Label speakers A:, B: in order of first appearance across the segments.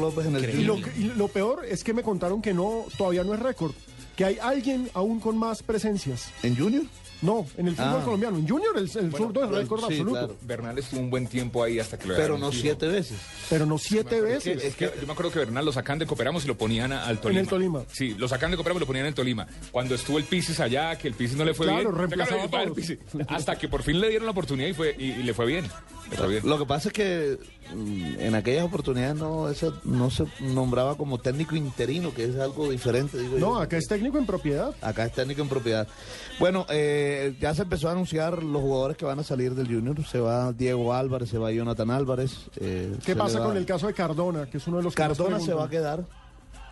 A: López en el
B: Y lo,
A: Junior.
B: que- y lo peor es que me contaron que no, todavía no es récord, que hay alguien aún con más presencias.
A: ¿En Junior?
B: No, en el fútbol
A: Ah.
B: colombiano, en Junior el, el zurdo es
A: pero-
B: récord
A: sí,
B: absoluto,
A: claro.
C: Bernal estuvo un buen tiempo ahí hasta que lo
A: Pero
C: dejaron
A: no
C: fijo.
A: siete veces.
B: pero no siete
C: Sí,
B: veces.
C: es que yo me acuerdo que Bernal lo sacan de Cooperamos y lo ponían a- al Tolima.
B: el Tolima.
C: Sí, lo sacan de Cooperamos y lo ponían en Tolima. Cuando estuvo el Pisis allá, que el Pisis no le fue
B: Claro,
C: bien.
B: reemplazaba
C: sacaron
B: a
C: el
B: todos.
C: Pisis. Hasta que por fin le dieron la oportunidad y, fue, y, y le fue bien. Le fue bien.
A: Lo que pasa es que mm, en aquellas oportunidades no, esa- no se nombraba como técnico interino, que es algo diferente. Digo
B: No,
A: yo.
B: acá es técnico en propiedad.
A: Acá es técnico en propiedad. Bueno, eh, ya se empezó a anunciar los jugadores que van a salir del Junior. Se va Diego Álvarez, se va Jonathan Álvarez. eh, se
B: ¿Qué
A: le
B: pasa
A: va-
B: con el caso de Cardona, que es uno de los que más
A: Cardona se
B: preguntan?
A: va a quedar.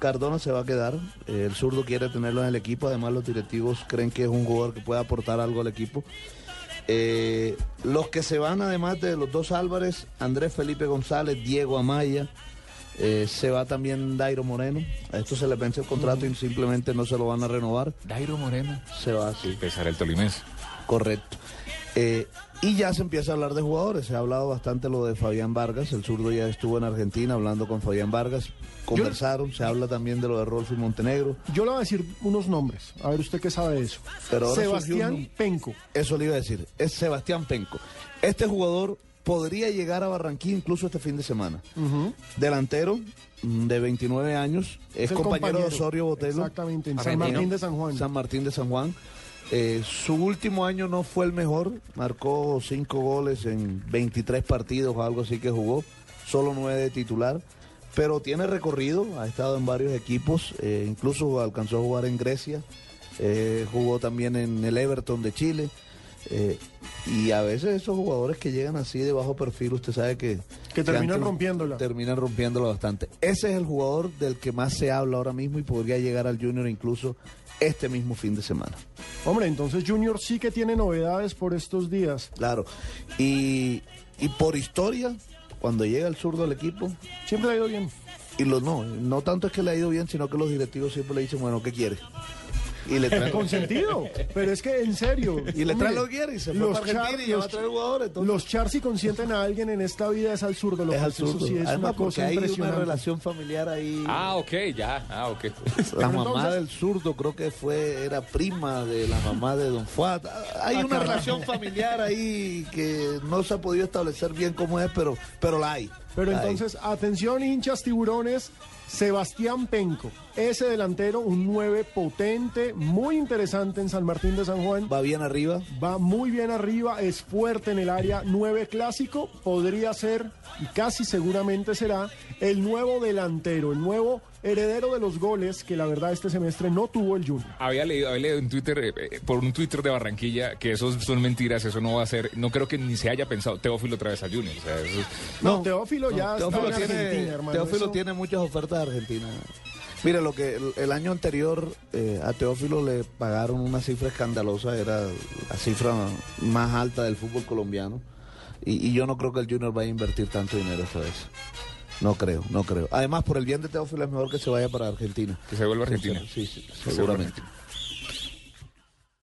A: Cardona se va a quedar. Eh, El zurdo quiere tenerlo en el equipo. Además, los directivos creen que es un jugador que puede aportar algo al equipo. Eh, los que se van, además de los dos Álvarez, Andrés Felipe González, Diego Amaya. eh, se va también Dairo Moreno. A esto se le vence el contrato y simplemente no se lo van a renovar.
C: Dairo Moreno.
A: Se va así.
C: Pesar el tolimense.
A: Correcto. Eh, y ya se empieza a hablar de jugadores. Se ha hablado bastante lo de Fabián Vargas. El zurdo ya estuvo en Argentina hablando con Fabián Vargas. Conversaron. Se habla también de lo de Rolfi Montenegro.
B: Yo le voy a decir unos nombres, a ver usted qué sabe de eso.
A: Pero ahora
B: Sebastián
A: surgió un-
B: Penco.
A: Eso le iba a decir. Es Sebastián Penco. Este jugador podría llegar a Barranquilla incluso este fin de semana. Delantero mm, de 29 años. Es,
B: el
A: compañero, de Osorio Botelo.
B: Exactamente, en San
C: Argentino.
B: Martín de San Juan.
A: San Martín de San Juan. Eh, su último año no fue el mejor, marcó cinco goles en 23 partidos o algo así que jugó, solo nueve de titular, pero tiene recorrido, ha estado en varios equipos, eh, incluso alcanzó a jugar en Grecia, eh, jugó también en el Everton de Chile, eh, y a veces esos jugadores que llegan así de bajo perfil, usted sabe que...
B: Que terminan
A: antes-
B: rompiéndola.
A: terminan rompiéndolo bastante. Ese es el jugador del que más se habla ahora mismo y podría llegar al Junior incluso este mismo fin de semana.
B: Hombre, entonces Junior sí que tiene novedades por estos días.
A: Claro. Y, y por historia, cuando llega el zurdo al equipo,
B: Siempre le ha ido bien.
A: y lo no, no tanto es que le ha ido bien, sino que los directivos siempre le dicen, bueno, ¿qué quiere? Y le traen,
B: Consentido, pero es que en serio.
A: y le traen
B: hombre,
A: lo que quiere y se fue para Argentina
B: char-
A: y ya va
B: los-
A: a traer jugadores. entonces-
B: Los Char si consienten a alguien en esta vida es al zurdo. Lo
A: es
B: que
A: al
B: eso
A: zurdo.
B: sí es
A: Además,
B: una
A: porque
B: cosa
A: hay una
B: impresionante.
A: relación familiar ahí.
C: Ah, ok, ya. Ah, ok.
A: La
B: Pero
A: mamá
B: entonces-
A: del zurdo creo que fue, era prima de la mamá de Don Fuat. Hay una
B: carajo.
A: relación familiar ahí que no se ha podido establecer bien cómo es, pero, pero la hay.
B: Pero
A: La hay.
B: entonces, atención hinchas tiburones, Sebastián Penco, ese delantero, un 9 potente, muy interesante en San Martín de San Juan.
A: Va bien arriba.
B: Va muy bien arriba, es fuerte en el área 9 clásico, podría ser y casi seguramente será el nuevo delantero, el nuevo heredero de los goles que la verdad este semestre no tuvo el Junior.
C: Había leído, había leído en Twitter, eh, eh, por un Twitter de Barranquilla, que eso son mentiras, eso no va a ser. No creo que ni se haya pensado Teófilo otra vez a Junior. O sea, eso es-
B: No,
A: No,
B: Teófilo ya está
A: Teófilo,
B: en
A: tiene,
B: Argentina, hermano,
A: Teófilo
B: eso-
A: tiene muchas ofertas de Argentina. Mira, lo que el, el año anterior eh, a Teófilo le pagaron una cifra escandalosa, era la cifra más alta del fútbol colombiano. Y, y yo no creo que el Junior vaya a invertir tanto dinero esta vez. No creo, no creo. Además, por el bien de Teófilo es mejor que se vaya para Argentina.
C: Que se vuelva a Argentina.
A: Sí, sí,
C: vuelva a
A: seguramente.
C: Argentina.